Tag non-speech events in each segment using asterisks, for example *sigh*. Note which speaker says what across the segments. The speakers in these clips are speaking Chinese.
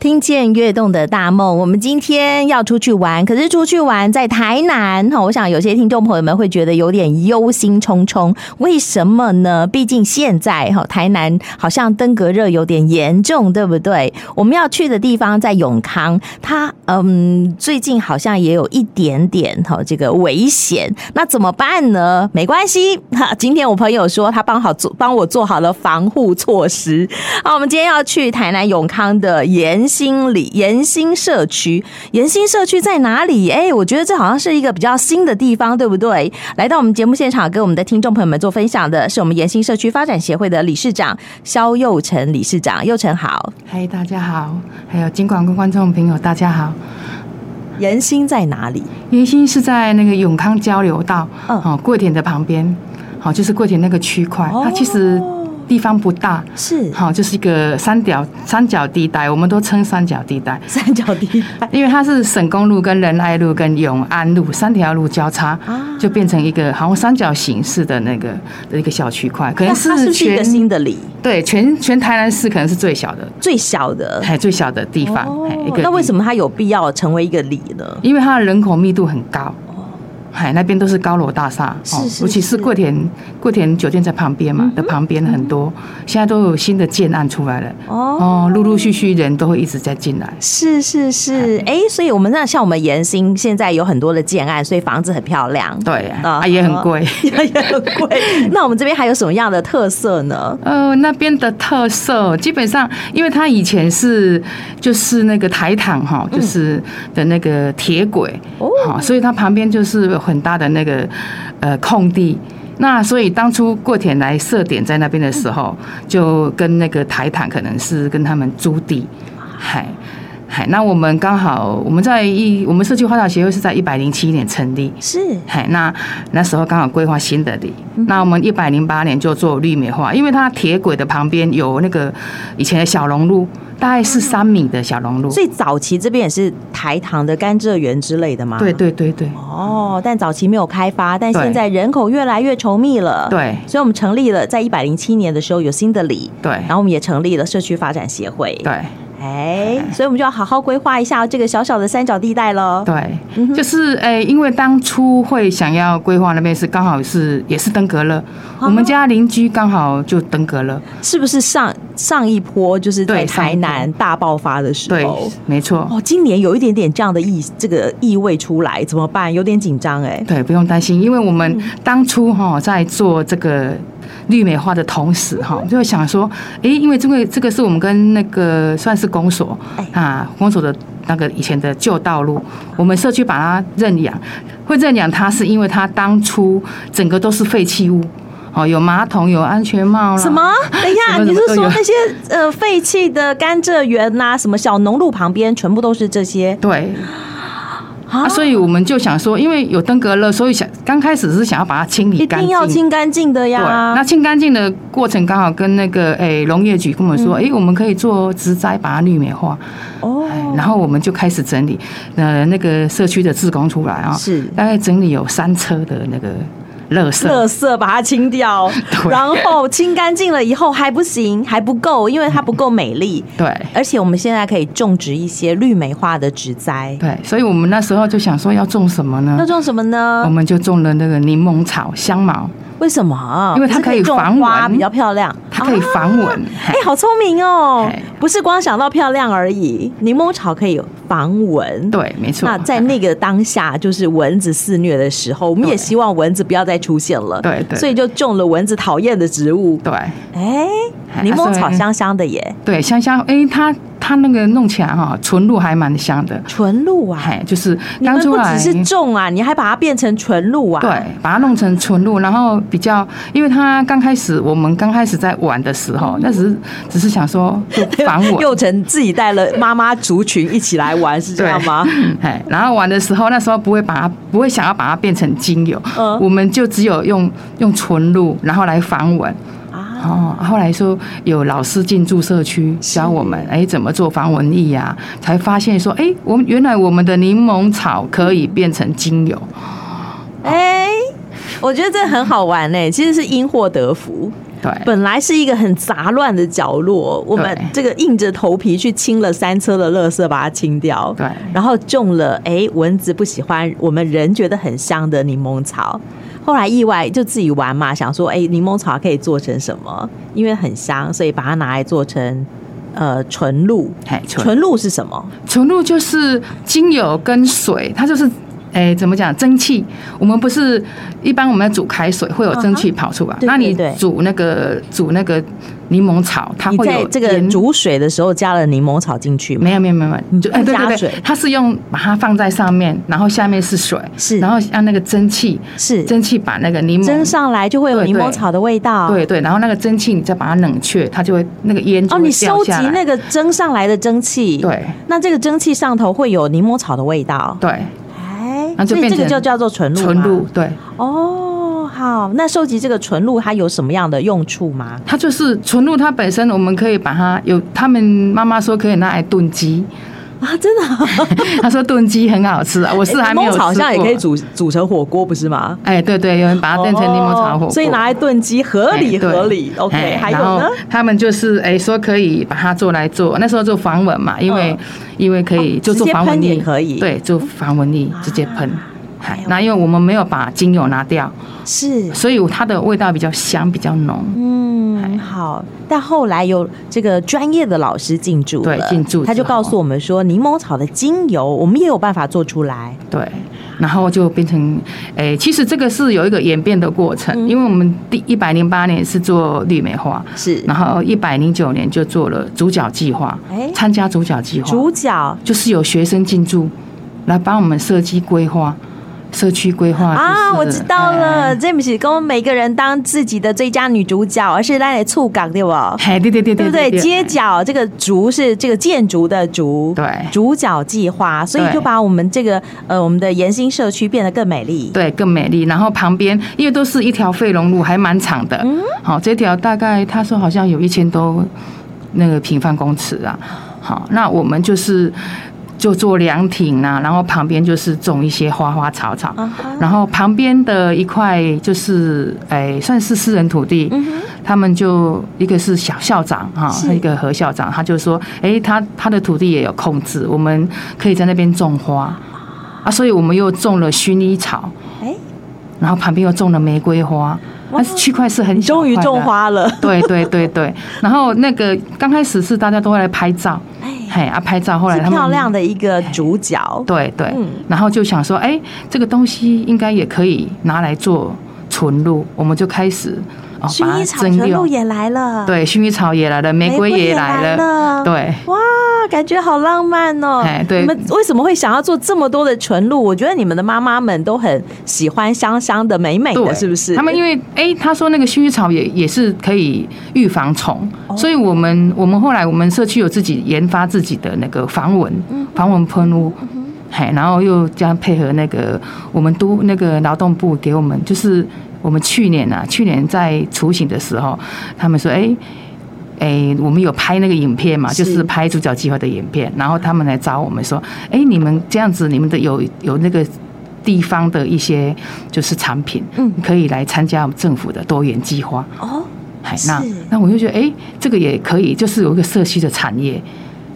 Speaker 1: 听见跃动的大梦，我们今天要出去玩，可是出去玩在台南哈，我想有些听众朋友们会觉得有点忧心忡忡，为什么呢？毕竟现在哈台南好像登革热有点严重，对不对？我们要去的地方在永康，它嗯最近好像也有一点点哈这个危险，那怎么办呢？没关系哈，今天我朋友说他帮好做帮我做好了防护措施。好，我们今天要去台南永康的延兴里延兴社区，延兴社区在哪里？哎，我觉得这好像是一个比较新的地方，对不对？来到我们节目现场跟我们的听众朋友们做分享的是我们延兴社区发展协会的理事长肖佑成理事长，佑成好。
Speaker 2: 嗨，大家好，还有金管跟观众朋友，大家好。
Speaker 1: 延兴在哪里？
Speaker 2: 宜兴是在那个永康交流道，
Speaker 1: 嗯
Speaker 2: 哦，桂田的旁边，好、就是桂田那个区块，
Speaker 1: 哦
Speaker 2: 它其实地方不大，
Speaker 1: 是 *laughs*
Speaker 2: 好、就是一个三角三角地带，我们都称三角地带，
Speaker 1: 三角地
Speaker 2: *laughs*
Speaker 1: 带。
Speaker 2: 因为它是省公路、跟仁爱路、跟永安路三条路交叉，
Speaker 1: 啊
Speaker 2: 就变成一个好像三角形式的那个的一个小区块，可
Speaker 1: 那它
Speaker 2: 能
Speaker 1: 是不是一
Speaker 2: 全
Speaker 1: 个新的里
Speaker 2: 对全全台南市可能是最小的，
Speaker 1: 最小的？
Speaker 2: 哎，最小的地方，哎、一个
Speaker 1: 哦那为
Speaker 2: 地
Speaker 1: 什么它有必要成为一个里呢？
Speaker 2: 因为它的人口密度很高。哎，那边都是高楼大厦，哦
Speaker 1: 哦是是
Speaker 2: 尤其是
Speaker 1: 是嗯
Speaker 2: 桂田桂田酒店在旁边嘛，的旁边很多，现在都有新的建案出来了，
Speaker 1: 哦。
Speaker 2: 哦，陆陆续续人都会一直在进来，
Speaker 1: 是是是， *laughs* 哎、所以我们那像我们延兴现在有很多的建案，所以房子很漂亮， *laughs*
Speaker 2: 对，
Speaker 1: 啊
Speaker 2: 啊也很贵。
Speaker 1: 也很
Speaker 2: *laughs*
Speaker 1: 贵。那我们这边还有什么样的特色呢？
Speaker 2: 呃，那边的特色基本上，因为它以前是就是那个台糖哈，就是的那个铁轨，
Speaker 1: 哦
Speaker 2: 好，所以它旁边就是有很大的那个呃空地。那所以当初过田来设点在那边的时候，就跟那个台糖可能是跟他们租地，嗨。嗨，那我们刚好我们在一我们社区发展协会是在一百零七年成立，
Speaker 1: 是
Speaker 2: 嘿，那那时候刚好规划新的里，
Speaker 1: 嗯
Speaker 2: 那我们一百零八年就做绿美化，因为它铁轨的旁边有那个以前的小龙路，大概
Speaker 1: 嗯
Speaker 2: 是三米的小龙路。
Speaker 1: 所以早期这边也是台糖的甘蔗园之类的吗？
Speaker 2: 对。对对对
Speaker 1: 哦，但早期没有开发，但
Speaker 2: 对
Speaker 1: 现在人口越来越稠密了。
Speaker 2: 对
Speaker 1: 所以我们成立了，在一百零七年的时候有新的里，
Speaker 2: 对
Speaker 1: 然后我们也成立了社区发展协会。
Speaker 2: 对
Speaker 1: 哎，所以我们就要好好规划一下这个小小的三角地带喽。嗯哼
Speaker 2: 对，就是诶、因为当初会想要规划那边是刚好是也是登革热，
Speaker 1: 啊
Speaker 2: 我们家邻居刚好就登革热，
Speaker 1: 是不是上上一波就是在
Speaker 2: 对上一
Speaker 1: 台南大爆发的时
Speaker 2: 对
Speaker 1: 候？，
Speaker 2: 没错。
Speaker 1: 哦，今年有一点点这样的意这个意味出来，怎么办？有点紧张哎。
Speaker 2: 对，不用担心，因为我们当初哈在做这个绿美化的同时哈，
Speaker 1: 嗯
Speaker 2: 就会想说，诶，因为这个这个是我们跟那个算是公所
Speaker 1: 哎
Speaker 2: 啊，公所的那个以前的旧道路，我们社区把它认养，会认养它是因为它当初整个都是废弃物，哦，有马桶，有安全帽啦，
Speaker 1: 什
Speaker 2: *laughs*
Speaker 1: 么？等一下，
Speaker 2: 啊什么
Speaker 1: 你是
Speaker 2: 什么都
Speaker 1: 说
Speaker 2: 有
Speaker 1: 那些呃废弃的甘蔗园呐、什么小农路旁边，全部都是这些
Speaker 2: 对，
Speaker 1: 啊
Speaker 2: 啊，所以我们就想说，因为有登革热，所以想刚开始是想要把它清理
Speaker 1: 一
Speaker 2: 干
Speaker 1: 定
Speaker 2: 净，
Speaker 1: 要清干净的
Speaker 2: 对，
Speaker 1: 呀。
Speaker 2: 那清干净的过程刚好跟那个诶农业局跟我们说，诶，我们可以做植栽把它绿美化，
Speaker 1: 嗯哦
Speaker 2: 哎，然后我们就开始整理，呃，那个社区的志工出来啊、
Speaker 1: 是
Speaker 2: 大概整理有三车的那个垃圾，
Speaker 1: 垃圾把它清掉，
Speaker 2: 对
Speaker 1: 然后清干净了以后还不行，还不够，因为它不够美丽。
Speaker 2: 对。
Speaker 1: 而且我们现在可以种植一些绿美化的植栽，
Speaker 2: 对，所以我们那时候就想说要种什么
Speaker 1: 要
Speaker 2: 呢？
Speaker 1: 种什么
Speaker 2: 我
Speaker 1: 呢？
Speaker 2: 们就种了那个柠檬草、香茅，
Speaker 1: 为什么？
Speaker 2: 因为它
Speaker 1: 不是
Speaker 2: 可以
Speaker 1: 种
Speaker 2: 防
Speaker 1: 花，
Speaker 2: 蚊
Speaker 1: 比较漂亮。啊
Speaker 2: 它可以防蚊。嘿
Speaker 1: 哎、好聪明哦
Speaker 2: 哎！
Speaker 1: 不是光想到漂亮而已，柠檬草可以防蚊。。
Speaker 2: 对，没错。
Speaker 1: 那在那个当下，就是蚊子肆虐的时候，我们也
Speaker 2: 对
Speaker 1: 希望蚊子不要再出现了。
Speaker 2: 对对
Speaker 1: 所以就种了蚊子讨厌的植物。
Speaker 2: 对
Speaker 1: 哎，
Speaker 2: 哎
Speaker 1: 柠檬草
Speaker 2: 所以
Speaker 1: 香香的耶，
Speaker 2: 对香香，诶，它它那个弄起来哈、纯露还蛮香的。
Speaker 1: 纯露啊！
Speaker 2: 嘿，就是
Speaker 1: 你
Speaker 2: 刚
Speaker 1: 们
Speaker 2: 出
Speaker 1: 不
Speaker 2: 来
Speaker 1: 只是种啊，你还把它变成纯露啊？
Speaker 2: 嗯对，把它弄成纯露，然后比较，因为它刚开始我们刚开始在玩的时
Speaker 1: 嗯
Speaker 2: 候，那只是只是想说就防我。
Speaker 1: 佑成自己带了妈妈族群一起来玩，是这样
Speaker 2: *laughs*
Speaker 1: 吗？
Speaker 2: 哎，然后玩的时候，那时候不会把它，不会想要把它变成精油，
Speaker 1: 嗯
Speaker 2: 我们就只有用用纯露，然后来防蚊。
Speaker 1: 啊，
Speaker 2: 哦，后来说有老师进驻社区教我们，哎，怎么做防蚊液呀、才发现说，哎，我们原来我们的柠檬草可以变成精油。
Speaker 1: *laughs* 欸哎、我觉得这很好玩呢、其实是因祸得福。
Speaker 2: 对，
Speaker 1: 本来是一个很杂乱的角落，我们
Speaker 2: 对
Speaker 1: 这个硬着头皮去清了三车的垃圾，把它清掉。
Speaker 2: 对
Speaker 1: 然后种了哎蚊子不喜欢，我们人觉得很香的柠檬草。后来意外就自己玩嘛，想说哎柠檬草可以做成什么？因为很香，所以把它拿来做成呃纯露。
Speaker 2: 嘿，纯
Speaker 1: 纯露是什么？
Speaker 2: 纯露就是精油跟水，它就是。哎，怎么讲？蒸汽，我们不是一般我们煮开水会有蒸汽跑出来。
Speaker 1: 对
Speaker 2: 那你
Speaker 1: 啊对对
Speaker 2: 煮那个煮那个柠檬草，它
Speaker 1: 你
Speaker 2: 会
Speaker 1: 在
Speaker 2: 有
Speaker 1: 这个
Speaker 2: 盐
Speaker 1: 煮水的时候加了柠檬草进去吗？
Speaker 2: 没有没有没有没有，就
Speaker 1: 不
Speaker 2: 哎对
Speaker 1: 加
Speaker 2: 对
Speaker 1: 水
Speaker 2: 对，它是用把它放在上面，然后下面是水，
Speaker 1: 是
Speaker 2: 然后让那个蒸汽
Speaker 1: 是
Speaker 2: 蒸汽把那个柠檬
Speaker 1: 蒸上来就会有
Speaker 2: 对
Speaker 1: 柠檬
Speaker 2: 对
Speaker 1: 草的味道。
Speaker 2: 对对，然后那个蒸汽你再把它冷却，它就会那个烟就
Speaker 1: 哦，
Speaker 2: 会
Speaker 1: 你
Speaker 2: 掉
Speaker 1: 收集
Speaker 2: 下来。
Speaker 1: 那个蒸上来的蒸汽，
Speaker 2: 对
Speaker 1: 那这个蒸汽上头会有柠檬草的味道，
Speaker 2: 对，
Speaker 1: 哎，
Speaker 2: 那就
Speaker 1: 所以
Speaker 2: 变
Speaker 1: 这个
Speaker 2: 成
Speaker 1: 就叫做纯露。
Speaker 2: 纯露，对，
Speaker 1: 哦，好，那收集这个纯露它有什么样的用处吗？
Speaker 2: 它就是纯露，它本身我们可以把它有，他们妈妈说可以拿来
Speaker 1: *laughs*
Speaker 2: 炖鸡，
Speaker 1: 啊，真的啊，
Speaker 2: 她说炖鸡很好吃啊，我是还没
Speaker 1: 柠檬
Speaker 2: 有
Speaker 1: 哎草
Speaker 2: 吃过。
Speaker 1: 好像也可以煮煮成火锅，不是吗？
Speaker 2: 哎，对对，有人把它变成柠檬草火锅，
Speaker 1: 哦所以拿来炖鸡合理
Speaker 2: 哎对
Speaker 1: 合理。OK，
Speaker 2: 哎
Speaker 1: 还有
Speaker 2: 然后
Speaker 1: 呢？
Speaker 2: 他们就是哎说可以把它做来做，那时候做防蚊嘛，因为、
Speaker 1: 嗯
Speaker 2: 因为可以、
Speaker 1: 哦
Speaker 2: 就做
Speaker 1: 直接
Speaker 2: 防
Speaker 1: 喷
Speaker 2: 蚊
Speaker 1: 也
Speaker 2: 液
Speaker 1: 可以
Speaker 2: 对，做防蚊液直接喷。
Speaker 1: 哎
Speaker 2: 哎
Speaker 1: 呦
Speaker 2: 那因为我们没有把精油拿掉，
Speaker 1: 是，
Speaker 2: 所以它的味道比较香，比较浓。
Speaker 1: 嗯，好。但后来有这个专业的老师进驻了，
Speaker 2: 对进驻之后
Speaker 1: 他就告诉我们说，柠檬草的精油我们也有办法做出来。
Speaker 2: 对，然后就变成，诶、其实这个是有一个演变的过程，
Speaker 1: 嗯
Speaker 2: 因为我们第一百零八年是做绿梅花，
Speaker 1: 是
Speaker 2: 然后一百零九年就做了主角计划
Speaker 1: 哎，
Speaker 2: 参加主角计划，
Speaker 1: 主角
Speaker 2: 就是有学生进驻来帮我们设计规划、社区规划
Speaker 1: 啊，
Speaker 2: 就
Speaker 1: 我
Speaker 2: 是
Speaker 1: 知道了，
Speaker 2: 哎
Speaker 1: 这不是跟我们每个人当自己的最佳女主角，而是来触港对不？
Speaker 2: 哎嘿，对对对
Speaker 1: 对不对？
Speaker 2: 对，
Speaker 1: 街角这个竹是这个建筑的竹，
Speaker 2: 对
Speaker 1: 主角计划，所以
Speaker 2: 对
Speaker 1: 就把我们这个呃我们的延兴社区变得更美丽。
Speaker 2: 对，更美丽。然后旁边因为都是一条飞龙路，还蛮长的。
Speaker 1: 嗯
Speaker 2: 好、这条大概他说好像有一千多那个平方公尺啊。好，那我们就是就做凉亭啊，然后旁边就是种一些花花草草。
Speaker 1: 啊哈
Speaker 2: 然后旁边的一块就是，哎，算是私人土地，他们就一个是小校长哈，
Speaker 1: 嗯是
Speaker 2: 一个何校长，他就说，哎，他他的土地也有控制，我们可以在那边种花啊，所以我们又种了薰衣草，
Speaker 1: 哎，
Speaker 2: 然后旁边又种了玫瑰花，
Speaker 1: 哇
Speaker 2: 那区块是很
Speaker 1: 你
Speaker 2: 小
Speaker 1: 终于
Speaker 2: 块的
Speaker 1: 种。花了，
Speaker 2: 对对对对，
Speaker 1: *laughs*
Speaker 2: 然后那个刚开始是大家都会来拍照，
Speaker 1: 哎，
Speaker 2: 嘿啊拍照，后来
Speaker 1: 是
Speaker 2: 他们
Speaker 1: 漂亮的一个主角。
Speaker 2: 对对，
Speaker 1: 嗯
Speaker 2: 然后就想说，哎，这个东西应该也可以拿来做纯露，我们就开始哦把
Speaker 1: 薰
Speaker 2: 它
Speaker 1: 衣草
Speaker 2: 蒸
Speaker 1: 全部
Speaker 2: 馏。
Speaker 1: 也来了，，
Speaker 2: 对，薰衣草也来了，玫瑰也来
Speaker 1: 玫瑰也来了
Speaker 2: 了，对，
Speaker 1: 哇，感觉好浪漫哦！
Speaker 2: 哎对
Speaker 1: 你们为什么会想要做这么多的纯露？我觉得你们的妈妈们都很喜欢香香的、美美的，
Speaker 2: 对，
Speaker 1: 是不是？
Speaker 2: 他们因
Speaker 1: 为
Speaker 2: 为哎、他说那个薰衣草也也是可以预防虫，
Speaker 1: 哦
Speaker 2: 所以我们我们后来我们社区有自己研发自己的那个防蚊
Speaker 1: 嗯
Speaker 2: 防蚊喷雾。嘿，然后又加配合那个我们都那个劳动部给我们，就是我们去年啊，去年在雏形的时候，他们说，哎、哎、我们有拍那个影片嘛，
Speaker 1: 是
Speaker 2: 就是拍主角计划的影片，然后他们来找我们说，哎、你们这样子，你们的有有那个地方的一些就是产品，
Speaker 1: 嗯
Speaker 2: 可以来参加我们政府的多元计划。
Speaker 1: 哦，
Speaker 2: 哎，
Speaker 1: 是
Speaker 2: 那那我就觉得，哎、这个也可以，就是有一个社区的产业，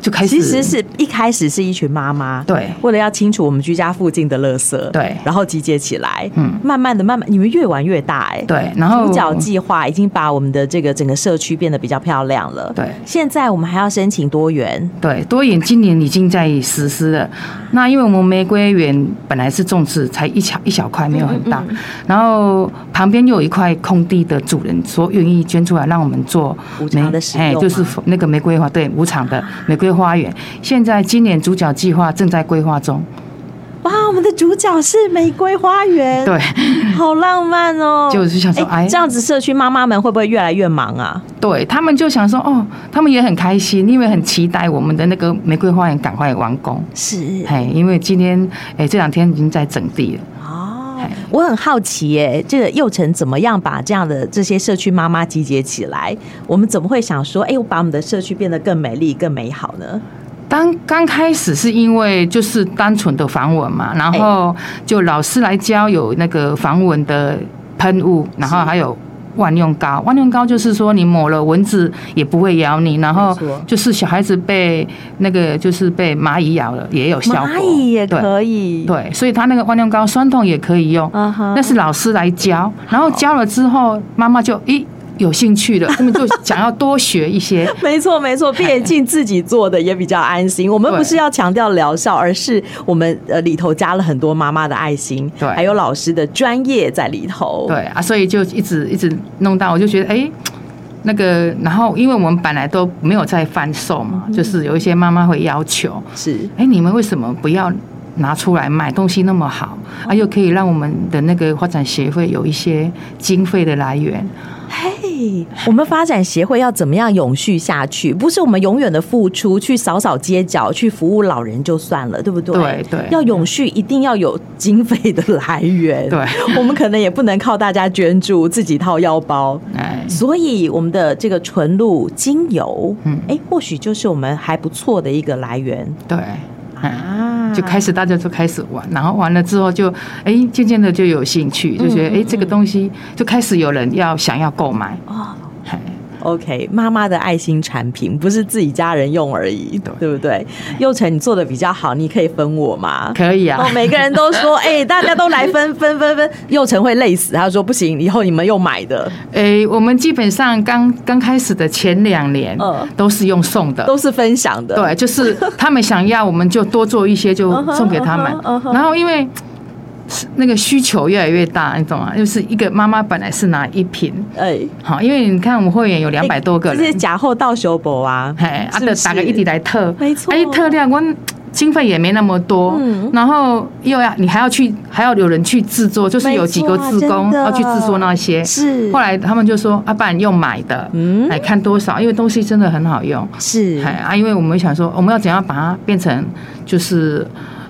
Speaker 2: 就开始
Speaker 1: 其实是一开始是一群妈妈，
Speaker 2: 对
Speaker 1: 为了要清除我们居家附近的垃圾，
Speaker 2: 对
Speaker 1: 然后集结起来，
Speaker 2: 嗯
Speaker 1: 慢慢的、慢慢，你们越玩越大、哎，。
Speaker 2: 对，哦然后
Speaker 1: 主角计划已经把我们的这个整个社区变得比较漂亮了。
Speaker 2: 对
Speaker 1: 现在我们还要申请多元，
Speaker 2: 对，多眼今年已经在实施了。那因为我们玫瑰园本来是种植才一小一小块，没有很
Speaker 1: 嗯
Speaker 2: 大，然后旁边又有一块空地的主人说愿意捐出来让我们做
Speaker 1: 无偿
Speaker 2: 玫
Speaker 1: 的使
Speaker 2: 哎
Speaker 1: 用
Speaker 2: 就是
Speaker 1: 吗
Speaker 2: 那个玫瑰花，对，无偿的玫瑰花园。现在今年主角计划正在规划中，
Speaker 1: 嗯哇，我们的主角是玫瑰花园，
Speaker 2: 对，
Speaker 1: 好浪漫哦！
Speaker 2: 就是想说
Speaker 1: 哎，
Speaker 2: 哎
Speaker 1: 这样子社区妈妈们会不会越来越忙啊？
Speaker 2: 对他们就想说哦，他们也很开心，因为很期待我们的那个玫瑰花园赶快完工。
Speaker 1: 是
Speaker 2: 哎，因为今天哎这两天已经在整地了。
Speaker 1: 哦
Speaker 2: 哎，
Speaker 1: 我很好奇耶，这个幼晨怎么样把这样的这些社区妈妈集结起来？我们怎么会想说，哎，我把我们的社区变得更美丽、更美好呢？
Speaker 2: 当刚开始是因为就是单纯的防蚊嘛，然
Speaker 1: 哎
Speaker 2: 后就老师来教有那个防蚊的喷雾，然后还有万用膏。万用膏就是说你抹了蚊子也不会咬你，然后
Speaker 1: 没错
Speaker 2: 就是小孩子被那个就是被蚂蚁咬了也有效果，
Speaker 1: 蚂蚁也
Speaker 2: 对
Speaker 1: 可以，
Speaker 2: 对，所以它那个万用膏酸痛也可以用。
Speaker 1: 啊哈
Speaker 2: 那是老师来教，然后教了之后，妈妈就咦有兴趣了，他们就想要多学一些。
Speaker 1: *laughs* 没错，没错，毕竟自己做的也比较安心。我们
Speaker 2: 对
Speaker 1: 不是要强调疗效，而是我们呃里头加了很多妈妈的爱心，
Speaker 2: 对
Speaker 1: 还有老师的专业在里头。
Speaker 2: 对啊，所以就一直一直弄到，我就觉得哎。诶那个，然后因为我们本来都没有在贩售嘛，就是有一些妈妈会要求，
Speaker 1: 是
Speaker 2: 哎，你们为什么不要拿出来卖？东西那么好啊，又可以让我们的那个发展协会有一些经费的来源。
Speaker 1: 嘿，我们发展协会要怎么样永续下去？不是我们永远的付出，去扫扫街角，去服务老人就算了，对不对？
Speaker 2: 对对
Speaker 1: 要永续，一定要有经费的来源。
Speaker 2: 对，
Speaker 1: *laughs* 我们可能也不能靠大家捐助，自己掏腰包。
Speaker 2: 哎，
Speaker 1: 所以我们的这个纯露精油，嗯
Speaker 2: 嗯，
Speaker 1: 哎，或许就是我们还不错的一个来源
Speaker 2: 对，嗯。
Speaker 1: 啊
Speaker 2: 就开始大家就开始玩，然后玩了之后就，哎，渐渐的就有兴趣，就觉得哎，这个东西就开始有人要想要购买，
Speaker 1: 哦。
Speaker 2: 嘿
Speaker 1: OK，妈妈的爱心产品不是自己家人用而已，对
Speaker 2: 对
Speaker 1: 不对？佑成，你做的比较好，你可以分我吗？
Speaker 2: 可以啊
Speaker 1: 哦，，每个人都
Speaker 2: *laughs*
Speaker 1: 说，哎、大家都来分分分分，佑成会累死。他说不行，以后你们用买的
Speaker 2: 哎，我们基本上刚刚开始的前两年
Speaker 1: 嗯
Speaker 2: 都是用送的。
Speaker 1: 都是分享的，
Speaker 2: 对，就是他们想要，我们就多做一些，就
Speaker 1: 嗯哼
Speaker 2: 送给他们
Speaker 1: 嗯哼嗯。哼
Speaker 2: 然后因为是那个需求越来越大，你懂吗？就是一个妈妈本来是拿一瓶，
Speaker 1: 哎，
Speaker 2: 好，因为你看我们会员有两百多个
Speaker 1: 这些
Speaker 2: 人，
Speaker 1: 假货到修博啊，
Speaker 2: 嘿，啊，
Speaker 1: 是
Speaker 2: 就
Speaker 1: 不是
Speaker 2: 打个一滴来特，
Speaker 1: 没错
Speaker 2: 哎，特量我们经费也没那么多，
Speaker 1: 嗯
Speaker 2: 然后又要你还要去，还要有人去制作，就是有几个
Speaker 1: 没错啊
Speaker 2: 志工
Speaker 1: 真的
Speaker 2: 要去制作那些。
Speaker 1: 是
Speaker 2: 后来他们就说，啊，不然用买的，
Speaker 1: 嗯
Speaker 2: 哎，看多少，因为东西真的很好用，
Speaker 1: 是
Speaker 2: 哎啊，因为我们想说，我们要怎样把它变成就是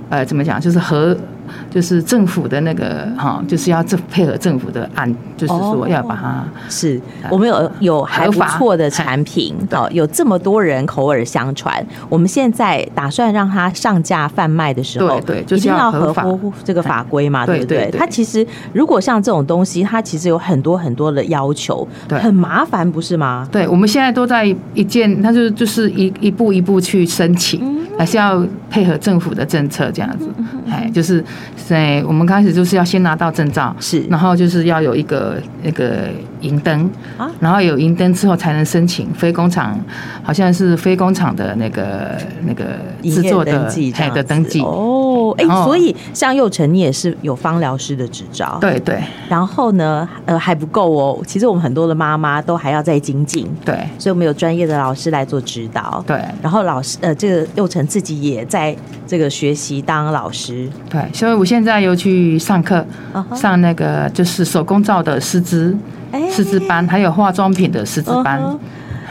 Speaker 2: 呃怎么讲，就是和就是政府的那个哈、就是要政配合政府的案，就是
Speaker 1: 哦
Speaker 2: 说要把它。
Speaker 1: 是
Speaker 2: 呃
Speaker 1: 我们有有还不错
Speaker 2: 哎
Speaker 1: 的产品，哦
Speaker 2: 合法
Speaker 1: 好有这么多人口耳相传，我们现在打算让它上架贩卖的时候，
Speaker 2: 对对就是
Speaker 1: 一定要
Speaker 2: 要
Speaker 1: 合
Speaker 2: 合法哎
Speaker 1: 乎这个法规嘛，
Speaker 2: 对
Speaker 1: 不
Speaker 2: 对对
Speaker 1: 它其实如果像这种东西，它其实有很多很多的要求，
Speaker 2: 对
Speaker 1: 很麻烦，不是吗？
Speaker 2: 对，我们现在都在一件，它就就是一一步一步去申请，
Speaker 1: 嗯
Speaker 2: 还是要配合政府的政策这样子。哎，就是在我们开始就是要先拿到证照，
Speaker 1: 是
Speaker 2: 然后就是要有一个那个银灯
Speaker 1: 啊
Speaker 2: 然后有银灯之后才能申请非工厂，好像是非工厂的那个那个制作
Speaker 1: 营业
Speaker 2: 的
Speaker 1: 登记这
Speaker 2: 哎
Speaker 1: 样
Speaker 2: 的登
Speaker 1: 子
Speaker 2: 记。
Speaker 1: 哦，哎、
Speaker 2: 然后
Speaker 1: 所以像佑成，你也是有芳疗师的执照，。
Speaker 2: 对对
Speaker 1: 然后呢，呃，还不够哦。其实我们很多的妈妈都还要再精进，
Speaker 2: 对
Speaker 1: 所以我们有专业的老师来做指导。
Speaker 2: 对
Speaker 1: 然后老师呃，这个佑成自己也在这个学习当老师，
Speaker 2: 对，所以我现在又去上课
Speaker 1: 啊哈
Speaker 2: 上那个就是手工皂的师资。
Speaker 1: 哎
Speaker 2: 师资班，还有化妆品的师资班。
Speaker 1: 嗯哼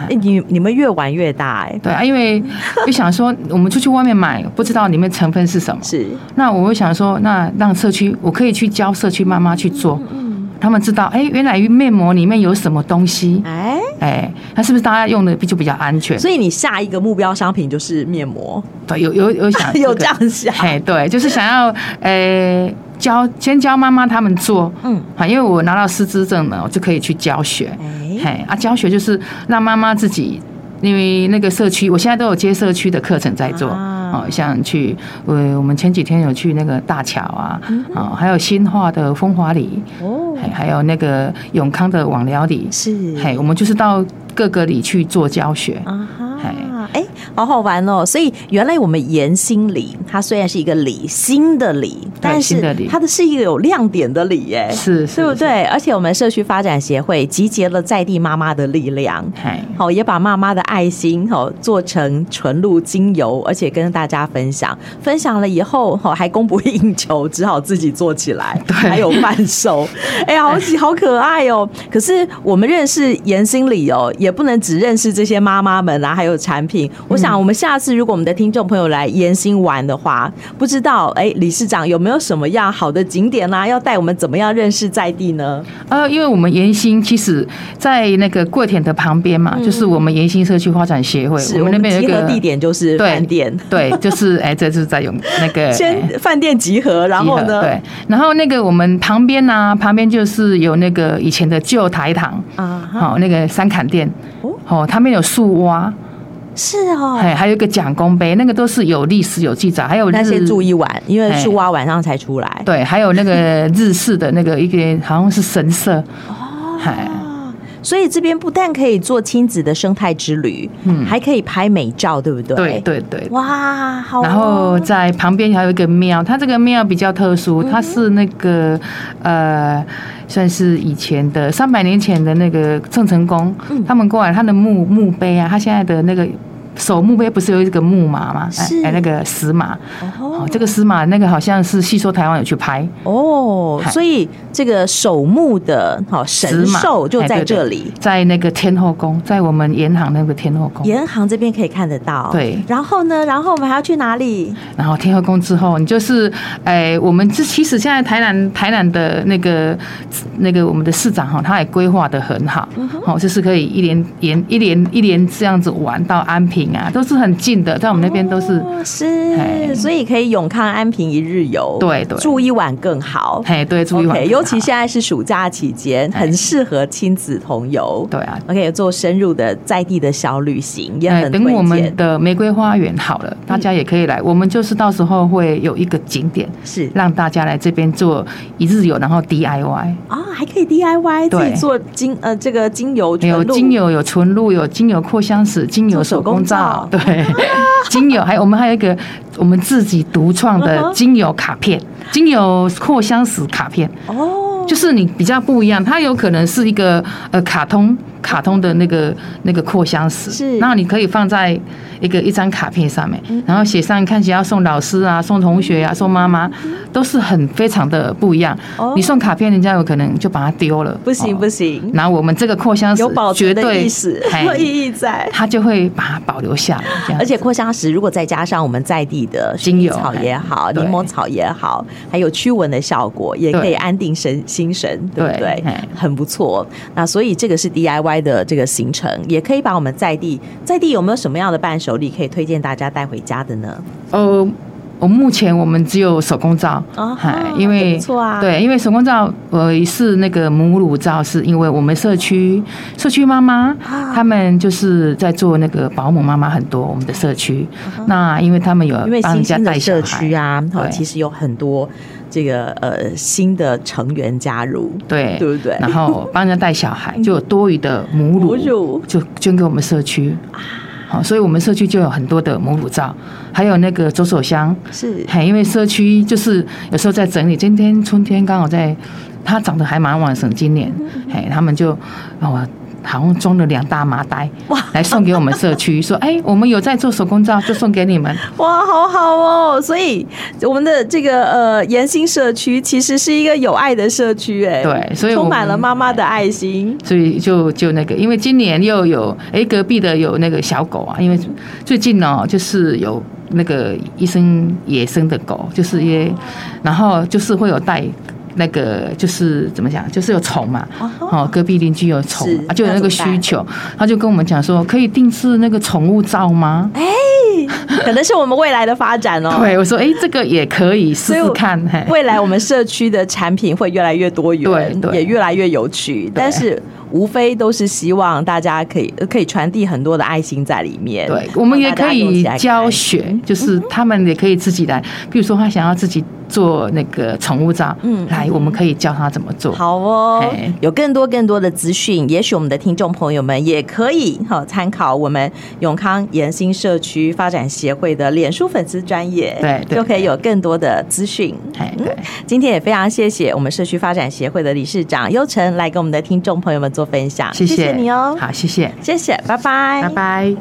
Speaker 1: 哎你你们越玩越大哎、
Speaker 2: 对啊，因
Speaker 1: *laughs*
Speaker 2: 为就想说，我们出去外面买，不知道里面成分是什么。
Speaker 1: 是
Speaker 2: 那我会想说，那让社区，我可以去教社区妈妈去做，
Speaker 1: 嗯
Speaker 2: 他们知道，哎，原来面膜里面有什么东西，
Speaker 1: 哎，
Speaker 2: 哎，那是不是大家用的就比较安全？
Speaker 1: 所以你下一个目标商品就是面膜，
Speaker 2: 对，有有
Speaker 1: *laughs*
Speaker 2: 有想
Speaker 1: 有
Speaker 2: 啊个
Speaker 1: 这样想，
Speaker 2: 哎，对，就是想要呃教先教妈妈他们做，
Speaker 1: 嗯，
Speaker 2: 啊，因为我拿到师资证了，我就可以去教学，
Speaker 1: 哎
Speaker 2: 哎，啊，教学就是让妈妈自己。因为那个社区，我现在都有接社区的课程在做，
Speaker 1: 啊
Speaker 2: 哦，像去，呃，我们前几天有去那个大桥啊，
Speaker 1: 嗯
Speaker 2: 哦，还有新化的风华里，
Speaker 1: 哦，
Speaker 2: 还还有那个永康的网寮里，
Speaker 1: 是
Speaker 2: 嘿，我们就是到各个里去做教学，
Speaker 1: 啊哈
Speaker 2: 哎，
Speaker 1: 哎、好好玩哦！所以原来我们研心理，它虽然是一个理，新的理，但是
Speaker 2: 新的理
Speaker 1: 它的是一个有亮点的理耶，
Speaker 2: 是是
Speaker 1: 对不
Speaker 2: 是
Speaker 1: 对？而嗯且我们社区发展协会集结了在地妈妈的力量。
Speaker 2: 嘿，
Speaker 1: 好，也把妈妈的爱心哦做成纯露精油，而且跟大家分享。分享了以后，哦还供不应求，只好自己做起
Speaker 2: *laughs*
Speaker 1: 来，还有贩售。哎、呀，好喜好可爱哦！可啊是我们认识严心理哦，也不能只认识这些妈妈们啦、还有产品。我我想我们下次如果我们的听众朋友来延兴玩的话，不知道哎、理事长有没有什么样好的景点啦、要带我们怎么样认识在地呢？
Speaker 2: 呃，因为我们延兴其实，在那个桂田的旁边嘛，就是我们延兴社区发展协会，
Speaker 1: 嗯是
Speaker 2: 们那边有一
Speaker 1: 集合
Speaker 2: 个
Speaker 1: 地，点就是
Speaker 2: 对
Speaker 1: 饭店，
Speaker 2: 对，就是哎，这就是在永那个哎
Speaker 1: *laughs* 先饭店集合，然后
Speaker 2: 集合
Speaker 1: 呢？
Speaker 2: 对，然后那个我们旁边呢、旁边就是有那个以前的旧台糖，
Speaker 1: 啊哈，
Speaker 2: 好、那个三坎店
Speaker 1: 哦，
Speaker 2: 哦，他们有树蛙，
Speaker 1: 是哦。
Speaker 2: 哎，还有一个蒋公碑，那个都是有历史有记载，还有
Speaker 1: 那先
Speaker 2: 日
Speaker 1: 住一晚，因为
Speaker 2: 哎
Speaker 1: 树蛙晚上才出来。
Speaker 2: 对，还有那个日式的那个一个好像是神社，哎，
Speaker 1: 啊，所以这边不但可以做亲子的生态之旅，嗯，还可以拍美照，对不对？
Speaker 2: 对，对对。
Speaker 1: 哇，好哦、
Speaker 2: 然后在旁边还有一个庙，它这个庙比较特殊，它是那个呃，算是以前的三百年前的那个郑成功，
Speaker 1: 嗯
Speaker 2: 他们过来他的墓墓碑啊，他现在的那个手墓碑不是有一个木马吗？哎
Speaker 1: 是
Speaker 2: 哎，那个石马，哦
Speaker 1: 哦，
Speaker 2: 这个石马那个好像是戏说台湾有去拍，
Speaker 1: 哦，
Speaker 2: 嗨
Speaker 1: 所以这个守墓的好神
Speaker 2: 石马
Speaker 1: 兽就
Speaker 2: 哎
Speaker 1: 在
Speaker 2: 对对
Speaker 1: 这里。
Speaker 2: 在那个天后宫，在我们盐行那个天后宫。
Speaker 1: 银行这边可以看得到，
Speaker 2: 对
Speaker 1: 然后呢？然后我们还要去哪里？
Speaker 2: 然后天后宫之后，你就是，哎，我们这其实现在台南台南的那个那个我们的市长哈，他也规划的很好，
Speaker 1: 嗯
Speaker 2: 好、就是可以一连沿一连一连这样子玩到安平啊，都是很近的，在我们那边都是，
Speaker 1: 哦是，
Speaker 2: 哎
Speaker 1: 所以可以永康、安平一日游，
Speaker 2: 对对
Speaker 1: 住一晚更好。
Speaker 2: 哎，对，注意玩
Speaker 1: o
Speaker 2: 啊
Speaker 1: k 尤其现在是暑假期间，
Speaker 2: 哎
Speaker 1: 很适合亲子同游。
Speaker 2: 对啊，
Speaker 1: OK，做深入的在地的小旅行也
Speaker 2: 哎，
Speaker 1: 很
Speaker 2: 等
Speaker 1: 推
Speaker 2: 我们
Speaker 1: 荐。嗯
Speaker 2: 的玫瑰花园好了，大家也可以来，我们就是到时候会有一个景点。
Speaker 1: 是
Speaker 2: 让大家来这边做一日游，然后 DIY，
Speaker 1: 啊、还可以 DIY 自
Speaker 2: 对
Speaker 1: 己做精呃这个精油
Speaker 2: 有
Speaker 1: 纯露
Speaker 2: 精油，有纯露，有精油扩香石，精油手工皂，
Speaker 1: 做
Speaker 2: 对， *laughs* 精油，还有我们还有一个我们自己独创
Speaker 1: 嗯
Speaker 2: 的
Speaker 1: 哼
Speaker 2: 精油卡片，精油扩香石卡片，
Speaker 1: 哦，
Speaker 2: 就是你比较不一样，它有可能是一个呃卡通卡通的那个那个扩香石，
Speaker 1: 是嗯
Speaker 2: 然后你可以放在一个一张卡片上面，然后写上看起来要送老师啊、送同学啊、送妈妈，都是很非常的不一样
Speaker 1: 哦。
Speaker 2: 你送卡片，人家有可能就把它丢了，
Speaker 1: 不行
Speaker 2: 哦
Speaker 1: 不行，
Speaker 2: 然后我们这个扩香石
Speaker 1: 有保
Speaker 2: 绝
Speaker 1: 存的
Speaker 2: 对
Speaker 1: 意思 *laughs*
Speaker 2: 嘿
Speaker 1: 和意义在。
Speaker 2: 它就会把它保留下来。这样
Speaker 1: 而且扩香石如果再加上我们在地的薰
Speaker 2: 精
Speaker 1: 衣
Speaker 2: 油
Speaker 1: 草也好、
Speaker 2: 哎
Speaker 1: 柠
Speaker 2: 对
Speaker 1: 檬草也好，还有驱蚊的效果，也
Speaker 2: 对
Speaker 1: 可以安定神心神，对不
Speaker 2: 对
Speaker 1: 对
Speaker 2: 哎？
Speaker 1: 很不错。那所以这个是 DIY 的这个行程，也可以把我们在地在地有没有什么样的伴手礼可以推荐大家带回家的呢？
Speaker 2: 呃，我目前我们只有手工皂
Speaker 1: 啊哈
Speaker 2: 嗨因为
Speaker 1: 也不错啊
Speaker 2: 对，因为手工皂呃是那个母乳皂，是因为我们社区社区妈妈
Speaker 1: 啊
Speaker 2: 他们就是在做那个保姆妈妈很多，我们的社区那因为他们有
Speaker 1: 啊因为
Speaker 2: 帮人
Speaker 1: 新
Speaker 2: 家
Speaker 1: 兴的
Speaker 2: 带小
Speaker 1: 社
Speaker 2: 孩
Speaker 1: 区。啊，好，
Speaker 2: 对
Speaker 1: 其实有很多这个呃新的成员加入，
Speaker 2: 对
Speaker 1: 对不对
Speaker 2: 然后帮人家带小孩，就有多余的母乳，
Speaker 1: 母乳啊
Speaker 2: 就捐给我们社区。好，所以我们社区就有很多的母乳皂，还有那个左手香，
Speaker 1: 是
Speaker 2: 嘿，因为社区就是有时候在整理，今天春天刚好在，它长得还蛮旺盛，今年，
Speaker 1: 嗯
Speaker 2: 嘿，他们就哦。好像装了两大麻袋来送给我们社区，说：“哎、我们有在做手工皂，就送给你们。
Speaker 1: 哇，好好哦！所以我们的这个呃延兴社区其实是一个有爱的社区，哎，
Speaker 2: 对所以我
Speaker 1: 充
Speaker 2: 们
Speaker 1: 满了妈妈的爱
Speaker 2: *laughs*
Speaker 1: 心”。
Speaker 2: 所以就就那个，因为今年又有哎、隔壁的有那个小狗啊，因为最近哦，就是有那个一生野生的狗，就是
Speaker 1: 哦
Speaker 2: 也，然后就是会有带那个就是怎么讲，就是有虫嘛，哦，隔壁邻居有虫
Speaker 1: 是
Speaker 2: 啊，就有那
Speaker 1: 那怎
Speaker 2: 个
Speaker 1: 么
Speaker 2: 需
Speaker 1: 办
Speaker 2: 求，他就跟我们讲说，可以定制那个宠物照吗？
Speaker 1: 可能是我们未来的发展哦。
Speaker 2: 对，我说哎、诶这个也可以试
Speaker 1: 所以
Speaker 2: 试
Speaker 1: 我
Speaker 2: 看，嘿，
Speaker 1: 未来我们社区的产品会越来越多元，
Speaker 2: 对对
Speaker 1: 也越来越有趣。但是无非都是希望大家可以呃可以传递很多的爱心在里面。
Speaker 2: 对，我们也可以
Speaker 1: 让大家用起来
Speaker 2: 教
Speaker 1: 开心
Speaker 2: 学，就是他们也可以自己来，比如说他想要自己做那个宠物照，
Speaker 1: 嗯
Speaker 2: 嗯，来，我们可以教他怎么做。
Speaker 1: 好哦
Speaker 2: 嘿，
Speaker 1: 有更多更多的资讯，也许我们的听众朋友们也可以哈参考我们永康延兴社区发展协会的脸书粉丝专业，
Speaker 2: 对对
Speaker 1: 就可以有更多的资讯。嗯
Speaker 2: 哎，对，
Speaker 1: 今天也非常谢谢我们社区发展协会的理事长优晨来跟我们的听众朋友们做分享，
Speaker 2: 谢
Speaker 1: 谢你哦，
Speaker 2: 好，谢谢，
Speaker 1: 谢谢，拜
Speaker 2: 拜拜。